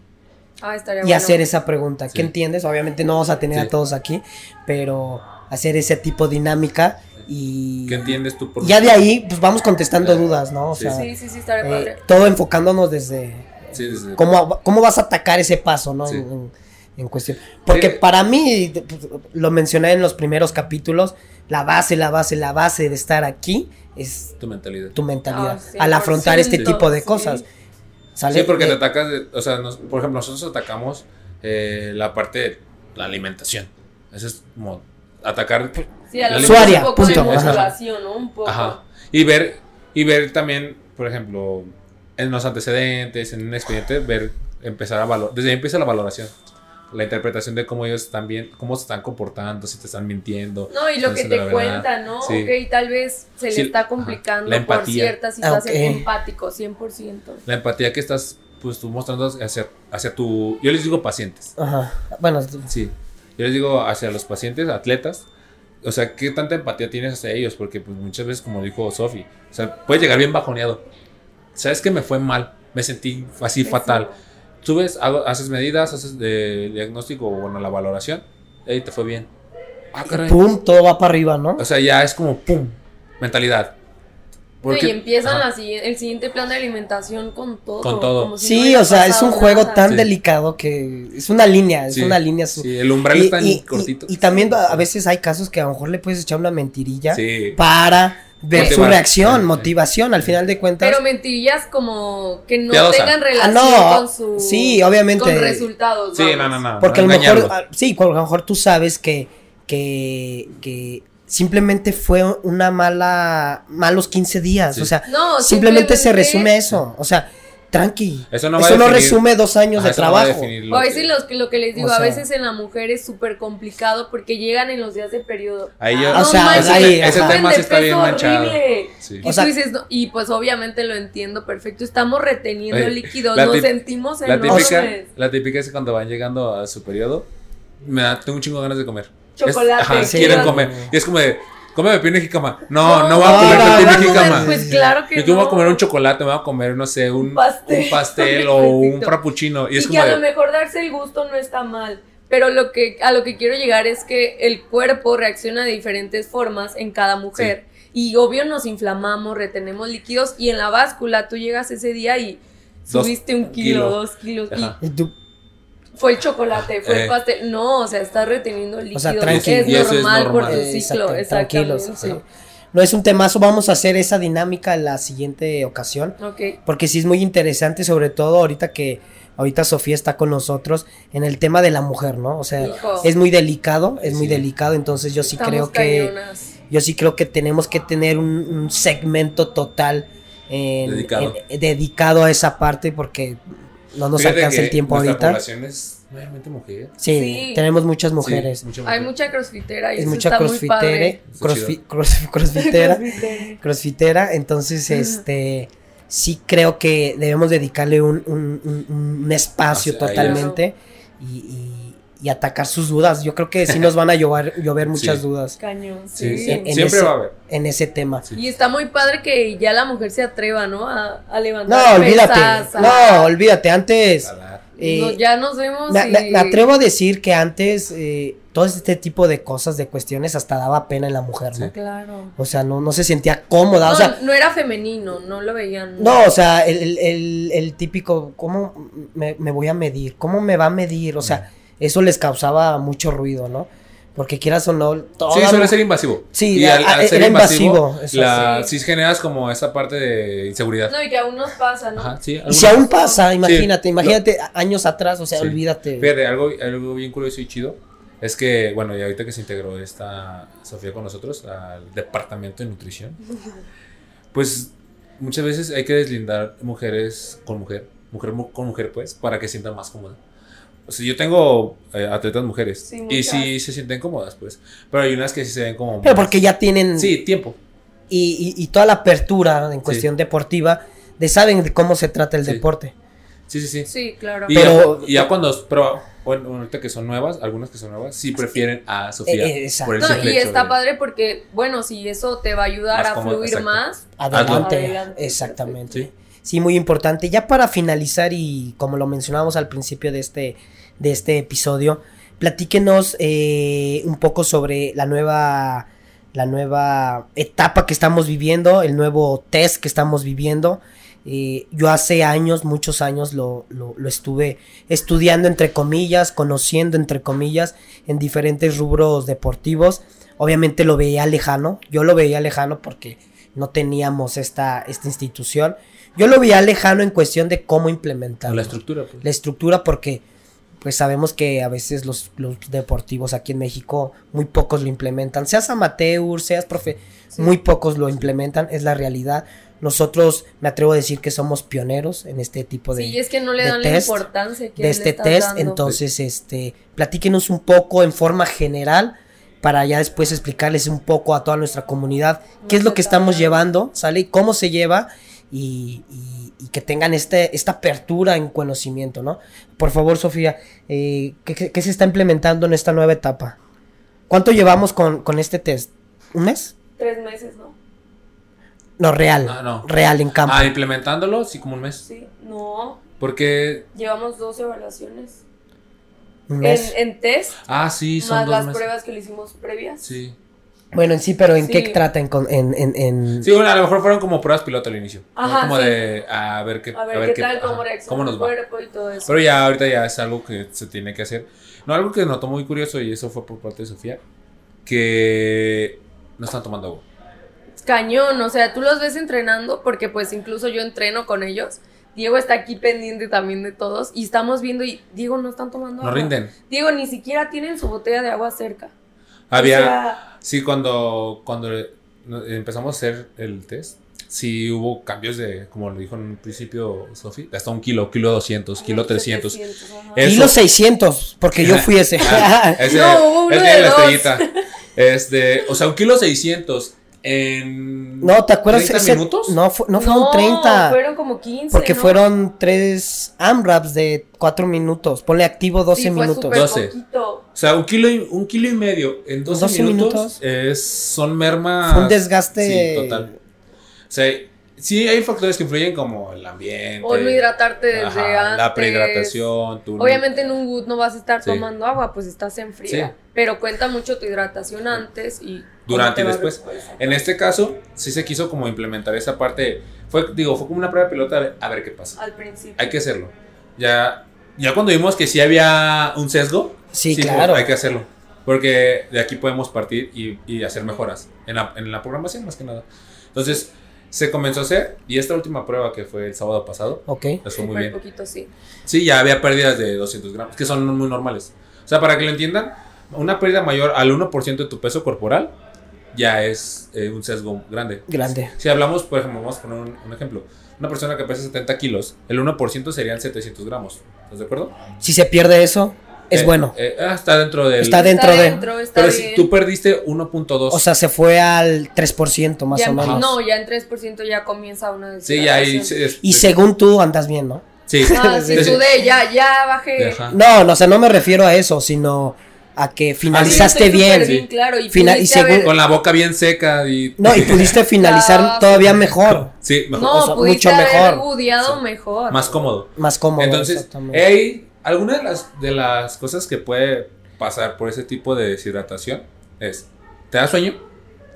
S3: Ah, estaría
S1: y
S3: bueno.
S1: hacer esa pregunta. ¿Qué
S2: Sí.
S1: entiendes? Obviamente no vamos a tener
S2: Sí.
S1: a todos aquí, pero hacer ese tipo de dinámica y
S2: ¿Qué entiendes tú por
S1: y ya de ahí pues vamos contestando
S2: Eh,
S1: dudas, ¿no? O
S2: sí.
S1: sea,
S3: Sí, sí, sí, estaría
S1: eh,
S3: padre.
S1: todo enfocándonos desde
S2: Sí, sí, sí.
S1: cómo, cómo vas a atacar ese paso, ¿no?
S2: Sí.
S1: En, en- en cuestión. Porque
S2: Sí.
S1: para mí, de- pues, lo mencioné en los primeros capítulos, la base, la base, la base de estar aquí es
S2: Tu mentalidad.
S1: tu mentalidad.
S3: Ah, sí,
S1: al
S3: por
S1: afrontar este
S3: ciento,
S1: tipo de
S3: sí.
S1: cosas. Sale Eh,
S2: Sí, porque
S1: de-
S2: te atacas, de- o sea, nos- por ejemplo, nosotros atacamos eh, la parte de la alimentación. Eso es como atacar
S3: Sí, a lo
S2: Su
S3: mejor
S1: área,
S3: un poco de
S1: punto, ajá.
S3: motivación, ¿no? Un poco.
S2: Ajá. Y ver, y ver también, por ejemplo, en los antecedentes, en un expediente, ver, empezar a valorar. Desde ahí empieza la valoración. La interpretación de cómo ellos están bien, cómo se están comportando, si te están mintiendo.
S3: No, y lo que
S2: Entonces,
S3: te
S2: la verdad,
S3: cuenta, ¿no?
S2: sí.
S3: Ok, tal vez se le
S2: Sí,
S3: está
S2: ajá.
S3: complicando
S2: La
S3: por
S2: empatía.
S3: cierta situación
S1: Ah, ok.
S3: empático, 100%.
S2: La empatía que estás pues tú mostrando hacia, hacia tu. Yo les digo pacientes.
S1: Ajá. Bueno,
S2: Sí. Yo les digo hacia los pacientes, atletas. O sea, ¿qué tanta empatía tienes hacia ellos? Porque pues muchas veces, como dijo Sofi, o sea, puedes llegar bien bajoneado. ¿Sabes que me fue mal? Me sentí así fatal. subes, hago- haces medidas, haces eh, diagnóstico o bueno, la valoración, y te fue bien. Ah, caray.
S1: pum, todo va para arriba, ¿no?
S2: O sea, ya es como pum, mentalidad.
S3: Sí, y empiezan
S2: ajá,
S3: la siguien- el siguiente plan de alimentación con todo.
S2: Con todo.
S3: como si no
S1: Sí,
S3: hubiera
S1: o sea, es
S3: pasado
S1: un juego
S3: nada.
S1: tan
S2: Sí.
S1: delicado que es una línea, es
S2: sí,
S1: una línea. su-
S2: sí, el umbral
S1: y-
S2: está
S1: y-
S2: tan
S1: y-
S2: cortito.
S1: y también a a veces hay casos que a lo mejor le puedes echar una mentirilla
S2: Sí.
S1: para ver su
S2: Motivar.
S1: reacción,
S2: Sí, sí.
S1: motivación, al final de cuentas.
S3: Pero mentirillas como que no
S2: Piadosa.
S3: tengan
S1: Ah,
S3: relación con su.
S1: sí, obviamente.
S3: Con resultados.
S2: Sí, no,
S3: vamos.
S2: no, no.
S1: Porque
S2: no
S1: a lo mejor,
S2: engañarlo.
S1: ah, sí, cu- a lo mejor tú sabes que, que, que simplemente fue una mala, malos 15 días,
S2: Sí.
S1: o sea,
S3: No,
S1: simplemente, se
S3: simplemente-
S1: resume a eso, o sea, tranqui,
S2: Eso no
S1: no
S2: va a
S1: eso no
S2: definir-
S1: resume dos años
S2: Ajá,
S1: de
S2: eso no va a
S1: trabajo.
S2: definir
S3: O
S2: lo
S3: a veces
S2: que-
S3: los que- lo que les digo,
S1: O
S3: a
S1: sea-
S3: veces en la mujer es súper complicado porque llegan en los días de periodo.
S2: Ahí yo-
S1: Ah, o sea,
S3: manches,
S1: ahí,
S3: se
S1: ese
S3: suben
S2: tema
S3: de
S2: sí está
S3: peso
S2: bien manchado.
S3: horrible.
S2: Sí.
S3: Y
S1: O sea-
S3: tú dices, no, y pues obviamente lo entiendo perfecto, estamos reteniendo
S2: Oye,
S3: líquidos,
S2: Eh, la
S3: nos
S2: tip-
S3: sentimos
S2: la,
S3: enormes.
S2: típica, la típica es que cuando van llegando a su periodo, me da, tengo un chingo de ganas de comer. Es-
S3: Chocolate,
S2: ajá,
S1: sí.
S2: quieren
S1: claro.
S2: comer. Y es como de, cómeme pino y jicama. No, no, voy
S1: no,
S2: a comer
S1: no, no,
S2: pepino y
S1: no,
S2: jicama.
S1: no,
S3: Pues claro que
S2: Yo que me voy
S3: no.
S2: a comer un chocolate, me voy a comer, no sé, un,
S3: Un pastel.
S2: un pastel o un
S3: Perfecto.
S2: frappuccino. Y
S3: Y,
S2: es
S3: que
S2: como
S3: a lo
S2: de,
S3: mejor darse el gusto no está mal. Pero lo que, a lo que quiero llegar es que el cuerpo reacciona de diferentes formas en cada mujer. Y obvio nos inflamamos, retenemos líquidos y en la báscula tú llegas ese día y
S2: Dos
S3: subiste un kilo,
S2: kilos.
S3: dos kilos
S2: Ajá.
S1: Y tú-
S3: y fue el chocolate, fue
S2: Eh.
S3: el pastel. No, o sea, estás reteniendo
S1: O
S3: líquidos.
S1: sea, tranqui.
S3: es,
S2: Y eso es
S3: normal por
S2: normal.
S3: tu
S1: eh,
S3: ciclo,
S1: exacto,
S3: exactamente.
S1: tranquilos, sí. No es un temazo, vamos a hacer esa dinámica en la siguiente ocasión.
S3: Ok.
S1: porque sí es muy interesante, sobre todo ahorita que ahorita Sofía está con nosotros en el tema de la mujer, ¿no? O sea,
S3: Hijo.
S1: es muy delicado, es muy
S2: Sí.
S1: delicado, entonces yo sí
S3: Estamos
S1: creo que
S3: cañonas.
S1: yo sí creo que tenemos que tener un, un segmento total en-
S2: Dedicado.
S1: en- eh, dedicado a esa parte porque no nos
S2: Fíjate
S1: alcanza
S2: que
S1: el tiempo
S2: nuestra
S1: ahorita.
S2: población es mayormente mujer.
S1: Sí,
S3: Sí.
S1: tenemos muchas mujeres.
S2: Sí, mucha
S3: Hay
S2: mujer.
S3: mucha crossfitera y
S1: Es
S3: eso
S1: mucha
S3: está muy
S1: crossfitere,
S3: padre.
S2: Está
S1: crossfi-
S2: chido.
S1: cross- crossfitera,
S3: Crossfitera.
S1: crossfitera, entonces
S3: Ujú.
S1: este sí creo que debemos dedicarle un, un- un- un espacio
S2: Hacia ellas.
S1: totalmente y, y- y atacar sus dudas. Yo creo que sí nos van a llover, llover muchas
S2: Sí.
S1: dudas
S3: Cañón, sí.
S2: Sí, sí,
S1: en- en
S2: siempre
S1: ese-
S2: va a haber.
S1: en ese tema.
S2: Sí.
S3: Y está muy padre que ya la mujer se atreva, ¿no? A, a
S1: No,
S3: levantar
S1: olvídate,
S3: pesas, a-
S1: no, olvídate, antes,
S2: Jalar.
S1: Eh,
S3: No, ya nos vemos.
S1: me,
S3: y-
S1: me- me atrevo a decir que antes eh, todo este tipo de cosas, de cuestiones, hasta daba pena en la mujer, ¿no?
S2: Sí.
S3: Claro.
S1: O sea, no, no se sentía cómoda,
S3: no,
S1: o sea,
S3: no era femenino, no lo veían.
S1: no, o sea, el, el- el- el típico, ¿cómo me, me voy a medir? ¿Cómo me va a medir? O sea,
S2: Mm.
S1: eso les causaba mucho ruido, ¿no? Porque quieras o no, todo...
S2: Sí, suele ser invasivo.
S1: Sí,
S2: y al,
S1: a-
S2: al
S1: a-
S2: ser
S1: era
S2: invasivo,
S1: invasivo, eso
S2: la,
S3: sí.
S2: sí. generas como esa parte de inseguridad.
S3: No, y que aún nos pasa, ¿no?
S2: Ajá, sí.
S1: Y si aún pasa,
S2: Sí,
S1: imagínate,
S2: lo-
S1: imagínate a- años atrás, o sea,
S2: Sí.
S1: olvídate.
S2: Fíjate, algo, algo bien curioso y chido es que, bueno, y ahorita que se integró esta Sofía con nosotros al departamento de nutrición, pues muchas veces hay que deslindar mujeres con mujer, mujer mu- con mujer, pues, para que se sientan más cómodas. O sea, yo tengo eh, atletas mujeres
S3: Sí,
S2: y
S3: muchas.
S2: sí se sienten cómodas, pues, pero hay unas que sí se ven como.
S1: Pero
S2: más-
S1: porque ya tienen...
S2: Sí, tiempo.
S1: y, y- y toda la apertura en cuestión deportiva de saben de cómo se trata el
S2: Sí.
S1: deporte.
S2: Sí, sí, sí.
S3: Sí, claro.
S2: Y,
S1: Pero-
S2: ya, y ya cuando, pero bueno, ahorita que son nuevas, algunas que son nuevas, sí prefieren a Sofía.
S1: Eh, eh, exacto.
S2: por el
S3: No,
S2: simple
S3: y
S2: hecho
S3: está
S2: de-
S3: padre porque, bueno, si eso te va a ayudar
S2: Más
S3: a
S2: cómodo,
S3: fluir
S2: exacto.
S3: más.
S1: Adelante,
S3: Adelante.
S1: exactamente.
S2: Sí.
S1: Sí. muy importante. Ya para finalizar y como lo mencionábamos al principio de este, de este episodio, platíquenos eh, un poco sobre la nueva, la nueva etapa que estamos viviendo, el nuevo test que estamos viviendo. Eh, yo hace años, muchos años, lo, lo- lo estuve estudiando entre comillas, conociendo entre comillas, en diferentes rubros deportivos. Obviamente lo veía lejano, yo lo veía lejano porque no teníamos esta, esta institución. Yo lo veía lejano en cuestión de cómo implementarlo.
S2: La estructura, pues.
S1: La estructura porque pues sabemos que a veces los, los deportivos aquí en México muy pocos lo implementan. Seas amateur, seas profe,
S3: Sí.
S1: muy pocos lo implementan, es la realidad. Nosotros me atrevo a decir que somos pioneros en este tipo de
S3: Sí, y es que no le
S1: de
S3: dan
S1: test,
S3: la importancia que
S1: de
S3: le
S1: este
S3: estás
S1: test.
S3: dando.
S1: Entonces, este, platíquenos un poco en forma general para ya después explicarles un poco a toda nuestra comunidad qué es lo que estamos llevando, ¿sale? Y cómo se lleva y, y- y que tengan este, esta apertura en conocimiento, ¿no? Por favor, Sofía, eh, ¿qué, qué- qué se está implementando en esta nueva etapa? ¿Cuánto llevamos con, con este test? ¿Un mes?
S3: Tres meses, ¿no?
S1: No, real.
S2: Ah, no.
S1: Real en campo.
S2: Ah, implementándolo, sí, como un mes.
S3: Sí, no.
S2: Porque,
S3: Llevamos dos evaluaciones.
S1: un
S3: En,
S1: mes.
S3: en test,
S2: ah, sí, son
S3: más
S2: dos
S3: las
S2: meses.
S3: pruebas que le hicimos previas.
S2: Sí.
S1: bueno, en sí, pero ¿en
S3: Sí.
S1: qué trata? En, con- en, en- en-
S2: Sí, bueno, a lo mejor fueron como pruebas piloto al inicio. ¿no?
S3: Ajá,
S2: Como
S3: sí.
S2: de, a ver qué,
S3: A ver, qué tal,
S2: ajá,
S3: cómo reacciona
S2: cómo
S3: el
S2: nos va.
S3: cuerpo y todo eso.
S2: Pero ya ahorita ya es algo que se tiene que hacer. No, algo que notó muy curioso y eso fue por parte de Sofía, que no están tomando agua.
S3: Cañón, o sea, tú los ves entrenando porque pues incluso yo entreno con ellos. Diego está aquí pendiente también de todos y estamos viendo y Diego no están tomando
S2: No
S3: agua.
S2: rinden.
S3: Diego ni siquiera tienen su botella de agua cerca.
S2: Había,
S3: O sea,
S2: Sí, cuando, cuando no- empezamos a hacer el test, sí hubo cambios de, como lo dijo en un principio Sofi, hasta un kilo, kilo 200,
S3: Ah,
S2: kilo 300.
S3: 700, ajá.
S2: Es-
S1: Kilo 600, porque yo fui ese.
S2: Ah, ese-
S3: No, hubo uno
S2: ese
S3: de
S2: la
S3: dos.
S2: estrellita. Este, o sea, un kilo 600 en...
S1: No, ¿te acuerdas?
S2: 30
S1: ese-
S2: minutos?
S1: No, fu- no fueron 30.
S3: Fueron como 15.
S1: porque
S3: ¿no?
S1: fueron tres AMRAPs de 4 minutos. Ponle activo 12
S3: Sí, fue
S1: minutos.
S3: súper
S2: 12.
S3: poquito.
S2: O sea, un kilo, y, un kilo y medio en 12,
S1: 12
S2: minutos,
S1: minutos.
S2: es- son mermas.
S1: Fue un desgaste.
S2: Sí, total. O sea, sí hay factores que influyen como el ambiente.
S3: O no hidratarte desde
S2: ajá,
S3: antes.
S2: La prehidratación, tu
S3: Obviamente en un gut no vas a estar
S2: Sí.
S3: tomando agua, pues estás en fría.
S2: Sí.
S3: Pero cuenta mucho tu hidratación antes y. cómo
S2: Durante
S3: te
S2: y
S3: va
S2: después. En este caso, sí se quiso como implementar esa parte. Fue, digo, fue como una prueba pelota a ver, a ver qué pasa.
S3: Al principio.
S2: Hay que hacerlo. Ya, ya cuando vimos que sí había un sesgo,
S1: Sí,
S2: pues,
S1: claro.
S2: hay que hacerlo. Porque de aquí podemos partir y, y hacer mejoras en la, en la programación, más que nada. Entonces, se comenzó a hacer. Y esta última prueba que fue el sábado pasado,
S1: Ok.
S2: les fue muy
S3: Súper
S2: bien.
S3: poquito, sí.
S2: Sí, ya había pérdidas de 200 gramos, que son muy normales. O sea, para que lo entiendan, una pérdida mayor al 1% de tu peso corporal ya es eh, un sesgo grande.
S1: Grande.
S2: Si hablamos, por ejemplo, vamos a poner un, un ejemplo. Una persona que pesa 70 kilos, el 1% serían 700 gramos. ¿Estás de acuerdo?
S1: Si se pierde eso, es
S2: Eh,
S1: bueno.
S2: eh, ah, está dentro del...
S1: Está dentro
S3: está
S1: de-
S3: dentro, está
S2: pero
S3: bien.
S2: si tú perdiste 1.2.
S1: o sea, se fue al 3% más
S3: Ya
S1: o
S3: en-
S1: menos.
S3: No, ya en 3% ya comienza una
S2: sí, ya ahí...
S3: deshidratación.
S2: se-
S1: Y según tú andas bien, ¿no?
S2: Sí.
S3: Ah, sí,
S2: Sí, sí.
S3: sudé, ya, ya bajé.
S2: Ajá.
S1: No, no, o sea, no me refiero a eso, sino a que
S3: Ah,
S1: finalizaste bien.
S3: bien claro, y
S1: Final- y
S3: pudiste
S1: según-
S3: haber-
S2: Con la boca bien seca y...
S1: No, y pudiste finalizar
S3: Ah,
S1: todavía mejor,
S2: Sí, mejor.
S1: o sea,
S3: no,
S1: mucho
S3: pudiste haber
S1: mejor.
S3: budeado mejor.
S2: Más cómodo.
S1: más cómodo.
S2: Entonces,
S1: exactamente.
S2: hey, alguna de las, de las cosas que puede pasar por ese tipo de deshidratación es, ¿te da sueño?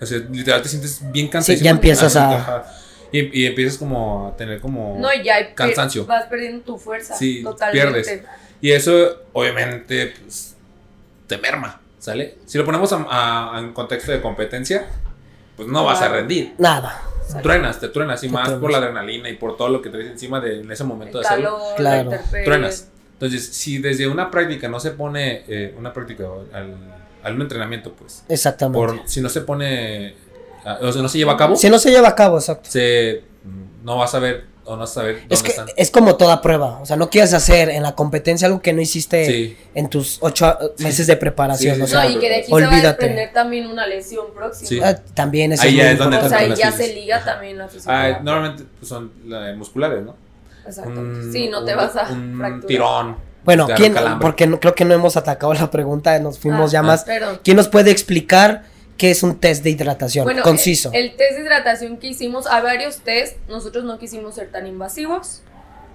S2: O sea, literal te sientes bien cansado.
S1: ya empiezas a-
S2: Y, y empiezas como a tener como...
S3: No, y ya pe-
S2: Cansancio.
S3: vas perdiendo tu fuerza.
S2: Sí,
S3: totalmente.
S2: pierdes. Y eso, obviamente, pues, te merma, ¿sale? Si lo ponemos a- a- a- en contexto de competencia, pues no vas a
S3: Claro.
S2: rendir.
S1: Nada.
S2: Truenas, te truenas, y
S1: Te
S2: más por
S1: truenas.
S2: la adrenalina y por todo lo que traes encima de, en ese momento
S3: El
S2: de hacerlo.
S3: calor,
S1: Claro.
S3: la intemperie.
S2: truenas. Entonces, si desde una práctica no se pone, eh, una práctica o al, al un entrenamiento, pues,
S1: Exactamente.
S2: por, si no se pone, ah, o sea, no se lleva a cabo,
S1: Si no se lleva a cabo, exacto.
S2: se, no vas a ver o no vas a saber dónde
S1: Es que eh,
S2: están.
S1: es como toda prueba. O sea, no quieres hacer en la competencia algo que no hiciste
S2: Sí.
S1: en tus ocho eh, meses de preparación.
S2: Sí, sí,
S1: o
S2: sí.
S1: sea,
S3: No, y que de aquí se va a
S1: Olvídate.
S3: desprender también una lesión próxima.
S2: Sí.
S1: ah, también eso
S2: Ahí
S1: es
S2: ya
S1: muy
S2: es donde
S3: O
S1: importante.
S3: sea,
S2: Tanto
S3: y ya
S2: las fibras.
S3: se liga también la fisioterapia.
S2: Ah, normalmente pues, son la- musculares, ¿no?
S3: Exacto.
S2: Un-
S3: sí, no te
S2: un-
S3: vas a
S2: un
S3: fracturar.
S2: tirón.
S1: Bueno,
S2: te agarra
S1: ¿quién,
S2: calambre.
S1: porque no- creo que no hemos atacado la pregunta, nos fuimos
S3: Ah,
S1: ya
S2: ah.
S1: más.
S3: Perdón.
S1: ¿Quién nos puede explicar qué es un test de hidratación?
S3: Bueno,
S1: Conciso.
S3: El, el test de hidratación que hicimos, a varios test, nosotros no quisimos ser tan invasivos.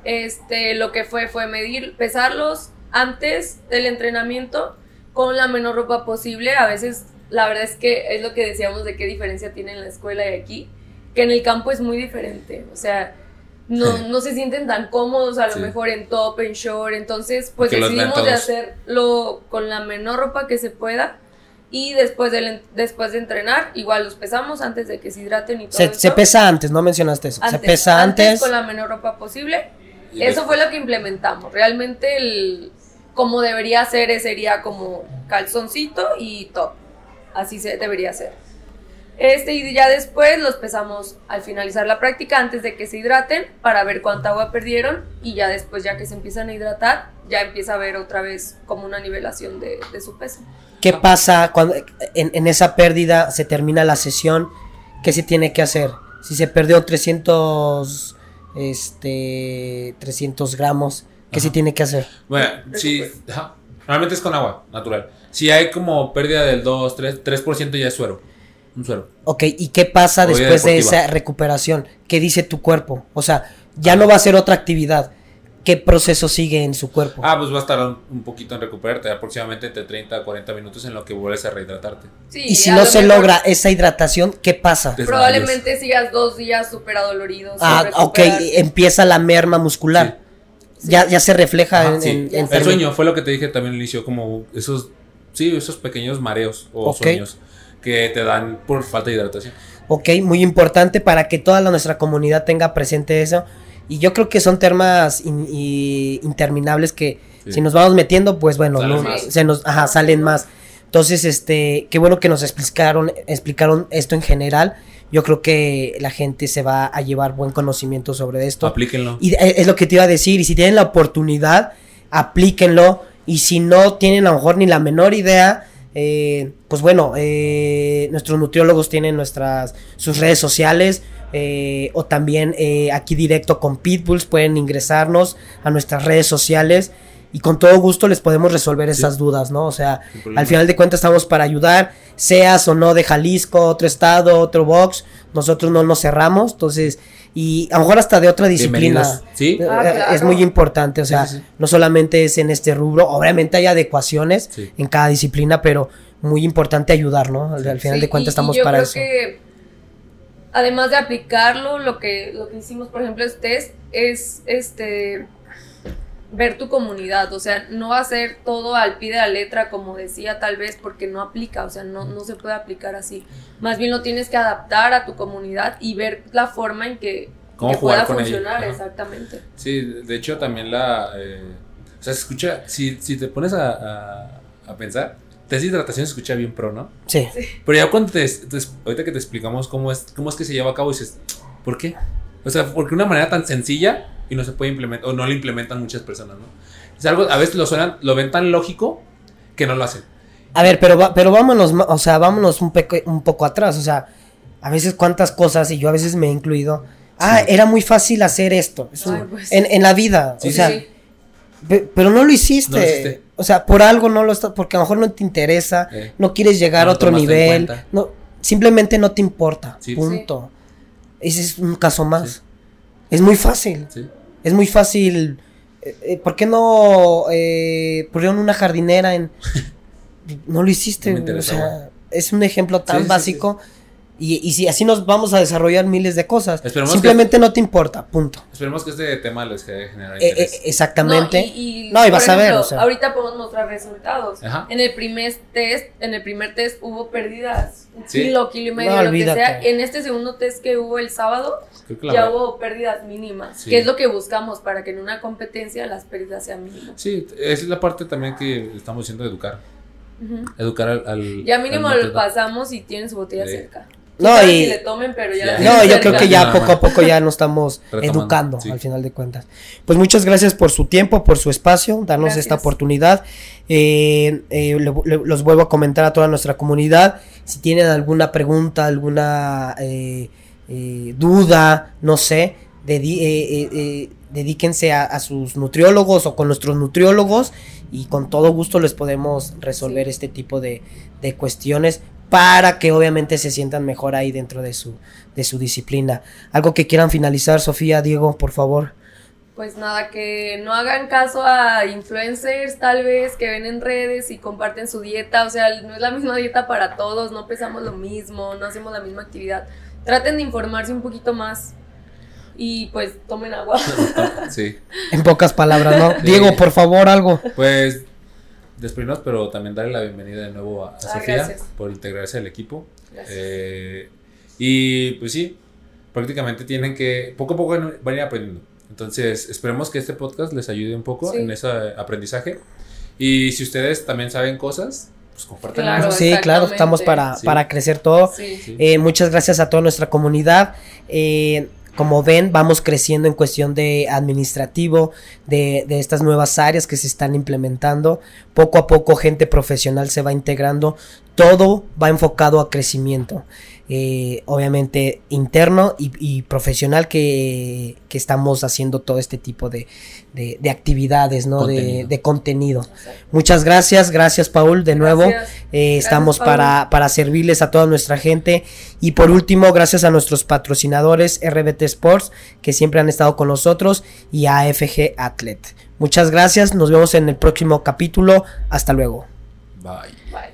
S3: Este, lo que fue fue medir, pesarlos antes del entrenamiento con la menor ropa posible. A veces, la verdad es que es lo que decíamos de qué diferencia tiene en la escuela y aquí, que en el campo es muy diferente. O sea, no,
S2: Sí.
S3: no se sienten tan cómodos a lo
S2: Sí.
S3: mejor en top, en short. Entonces, pues
S2: Que los vean
S3: decidimos de
S2: todos.
S3: hacerlo con la menor ropa que se pueda. Y después de, después de entrenar, igual los pesamos antes de que se hidraten y todo.
S1: Se,
S3: eso.
S1: se pesa antes, no mencionaste eso. se
S3: Antes,
S1: pesa antes.
S3: Con la menor ropa posible.
S2: Y
S3: Eso
S2: ves-
S3: fue lo que implementamos. Realmente, el, como debería ser, eh, sería como calzoncito y top. Así se debería ser. Este, y ya después los pesamos al finalizar la práctica antes de que se hidraten para ver cuánta agua perdieron. Y ya después, ya que se empiezan a hidratar, ya empieza a ver otra vez como una nivelación de, de su peso.
S1: ¿Qué pasa cuando en, en esa pérdida se termina la sesión? ¿Qué se tiene que hacer? Si se perdió 300, este, 300 gramos, ¿qué se
S2: Ajá.
S1: tiene que hacer?
S2: Bueno, sí, ajá. normalmente es con agua natural. Si hay como pérdida del 2, 3, 3% ya es suero. Un suero.
S1: Ok, ¿y qué pasa
S2: Movida
S1: después de
S2: deportiva.
S1: esa recuperación? ¿Qué dice tu cuerpo? O sea, ya no va a ser otra actividad. ¿Qué proceso sigue en su cuerpo?
S2: Ah, pues vas a tardar un, un poquito en recuperarte, aproximadamente entre 30 a 40 minutos en lo que vuelves a rehidratarte.
S3: Sí,
S1: y si
S3: a
S1: no
S3: lo
S1: se
S3: mejor
S1: logra esa hidratación, ¿qué pasa?
S2: Te-
S3: Probablemente sigas dos días súper adoloridos.
S1: Ah, ok, empieza la merma muscular. Ya, ya se refleja
S2: Ajá,
S1: en,
S2: sí.
S1: en- en
S2: El
S1: términos-
S2: sueño fue lo que te dije también al inicio, como esos, sí, esos pequeños mareos o
S1: Ok.
S2: sueños que te dan por falta de hidratación.
S1: Ok, muy importante para que toda la- nuestra comunidad tenga presente eso. Y yo creo que son temas in- y- interminables que
S2: Sí.
S1: si nos vamos metiendo, pues bueno,
S2: Salen
S1: no-
S2: más.
S1: se nos ajá, salen más. Entonces, este, qué bueno que nos explicaron, explicaron esto en general. Yo creo que la gente se va a llevar buen conocimiento sobre esto.
S2: Aplíquenlo.
S1: Y e- es lo que te iba a decir. Y si tienen la oportunidad, aplíquenlo. Y si no tienen a lo mejor ni la menor idea, eh, pues bueno, eh, nuestros nutriólogos tienen nuestras sus redes sociales. eh, o también eh, aquí directo con Pitbulls pueden ingresarnos a nuestras redes sociales y con todo gusto les podemos resolver esas dudas, ¿no? O sea,
S2: Sin problema.
S1: al final de cuentas estamos para ayudar, seas o no de Jalisco, otro estado, otro box, nosotros no nos cerramos, entonces, y a lo mejor hasta de otra disciplina.
S2: Bienvenidos. Sí,
S1: Eh,
S3: Ah, claro. Ah.
S1: Es muy importante, o
S2: Sí,
S1: sea,
S2: sí, sí.
S1: no solamente es en este rubro, obviamente hay adecuaciones
S2: Sí.
S1: en cada disciplina, pero muy importante ayudar, ¿no? Al, al final de
S3: Sí,
S1: cuentas
S3: y- y
S1: estamos
S3: yo
S1: para
S3: creo
S1: eso.
S3: que, además de aplicarlo, lo que, lo que hicimos, por ejemplo, es test, es este ver tu comunidad, o sea, no hacer todo al pie de la letra, como decía, tal vez porque no aplica, o sea, no, no se puede aplicar así. Más bien lo tienes que adaptar a tu comunidad y ver la forma en que,
S2: Cómo
S3: que
S2: jugar
S3: pueda
S2: con ella,
S3: funcionar,
S2: ajá.
S3: exactamente.
S2: Sí, de hecho también la... eh, o sea, se escucha, si, si te pones a, a, a pensar, test de hidratación se escucha bien pro, ¿no?
S1: Sí.
S2: Pero ya cuando te, te- ahorita que te explicamos cómo es, cómo es que se lleva a cabo, dices, ¿por qué? O sea, porque una manera tan sencilla y no se puede implementar, o no la implementan muchas personas, ¿no? Es algo, a veces lo suenan, lo ven tan lógico que no lo hacen.
S1: A ver, pero, va- pero vámonos, ma- o sea, vámonos un, peco- un poco atrás, o sea, a veces cuántas cosas, y yo a veces me he incluido, ah,
S2: Sí.
S1: era muy fácil hacer esto, es un-
S3: Ay, pues.
S1: en, en la vida,
S2: Sí,
S1: o
S2: sí,
S1: sea,
S3: sí.
S1: pe- pero no lo hiciste.
S2: No lo hiciste.
S1: o sea, por algo no lo estás, porque a lo mejor no te interesa,
S2: Eh.
S1: no quieres llegar
S4: No
S1: a
S4: lo
S1: otro
S4: tomaste en
S1: nivel,
S4: cuenta.
S1: no, simplemente no te importa,
S4: Sí.
S1: punto. Ese es un caso más. Es muy fácil,
S4: Sí.
S1: es muy fácil. eh, eh, ¿Por qué no eh, pusieron una jardinera en... No lo hiciste,
S4: No me
S1: güey, o
S4: interesa,
S1: sea, es un ejemplo tan
S4: Sí, sí, sí.
S1: básico. Y, y si así nos vamos a desarrollar miles de cosas.
S4: Esperemos que-
S1: Simplemente no te importa, punto.
S2: Esperemos que este tema les genere
S1: Eh,
S2: interés.
S1: eh, exactamente.
S3: No, y,
S1: No, y
S3: por
S1: vas a ver,
S3: ejemplo,
S1: o sea.
S3: Ahorita podemos mostrar resultados.
S4: Ajá.
S3: En el primer test, en el primer test hubo pérdidas. Un
S4: Sí.
S3: kilo, kilo y medio,
S1: No,
S3: lo que
S1: olvídate.
S3: sea. En este segundo test que hubo el sábado,
S2: Creo que la
S3: ya
S2: verdad-
S3: hubo pérdidas mínimas.
S4: Sí.
S3: Que es lo que buscamos para que en una competencia las pérdidas sean mínimas.
S2: Sí, es la parte también que estamos diciendo de educar.
S3: Ujú.
S2: Educar al. al-
S3: Ya mínimo
S2: al
S3: lo
S2: atleta.
S3: pasamos y tienen su botella
S2: Sí.
S3: cerca.
S1: No,
S3: Quizás
S1: y-
S3: si le tomen, pero ya la
S4: No,
S3: tienen
S1: No, yo
S3: cerca.
S1: creo que
S4: Nada
S1: ya
S4: más.
S1: poco a poco ya nos estamos
S2: Retomando,
S1: educando
S2: sí.
S1: al final de cuentas. Pues muchas gracias por su tiempo, por su espacio, darnos esta
S3: Gracias.
S1: oportunidad. Eh, eh, le- le- los vuelvo a comentar a toda nuestra comunidad. Si tienen alguna pregunta, alguna eh, eh, duda, no sé, dedí- eh, eh, eh, dedíquense a, a sus nutriólogos o con nuestros nutriólogos y con todo gusto les podemos resolver
S3: Sí.
S1: este tipo de, de cuestiones para que obviamente se sientan mejor ahí dentro de su, de su disciplina. Algo que quieran finalizar, Sofía, Diego, por favor.
S3: Pues nada, que no hagan caso a influencers tal vez que ven en redes y comparten su dieta. O sea, no es la misma dieta para todos, no pesamos lo mismo, no hacemos la misma actividad. Traten de informarse un poquito más y pues tomen agua.
S2: Sí.
S1: En pocas palabras, ¿no?
S2: Sí.
S1: Diego, por favor, algo.
S2: Pues despedirnos, pero también darle la bienvenida de nuevo a, a Sofía
S3: Ah, gracias.
S2: por integrarse al equipo.
S3: Gracias.
S2: Eh, y pues sí, prácticamente tienen que, poco a poco van van a ir aprendiendo. Entonces, esperemos que este podcast les ayude un poco
S3: Sí.
S2: en ese aprendizaje. Y si ustedes también saben cosas, pues compartan.
S3: Claro,
S1: sí, claro, estamos
S3: exactamente.
S1: para,
S2: Sí.
S1: para crecer todo.
S3: Sí.
S1: Eh, muchas gracias a toda nuestra comunidad. Eh, como ven, vamos creciendo en cuestión de administrativo, de, de estas nuevas áreas que se están implementando. Poco a poco gente profesional se va integrando. Todo va enfocado a crecimiento. Eh, obviamente interno y, y profesional que, que estamos haciendo todo este tipo de, de- de actividades, ¿no? De-
S4: Contenido.
S1: De, contenido. Muchas gracias, gracias Paul, de nuevo.
S3: Gracias.
S1: Eh,
S3: Gracias,
S1: estamos
S3: Pablo.
S1: para, para servirles a toda nuestra gente. Y por último, gracias a nuestros patrocinadores RBT Sports, que siempre han estado con nosotros, y a FG Atlet. Muchas gracias, nos vemos en el próximo capítulo. Hasta luego.
S2: Bye.
S3: Bye.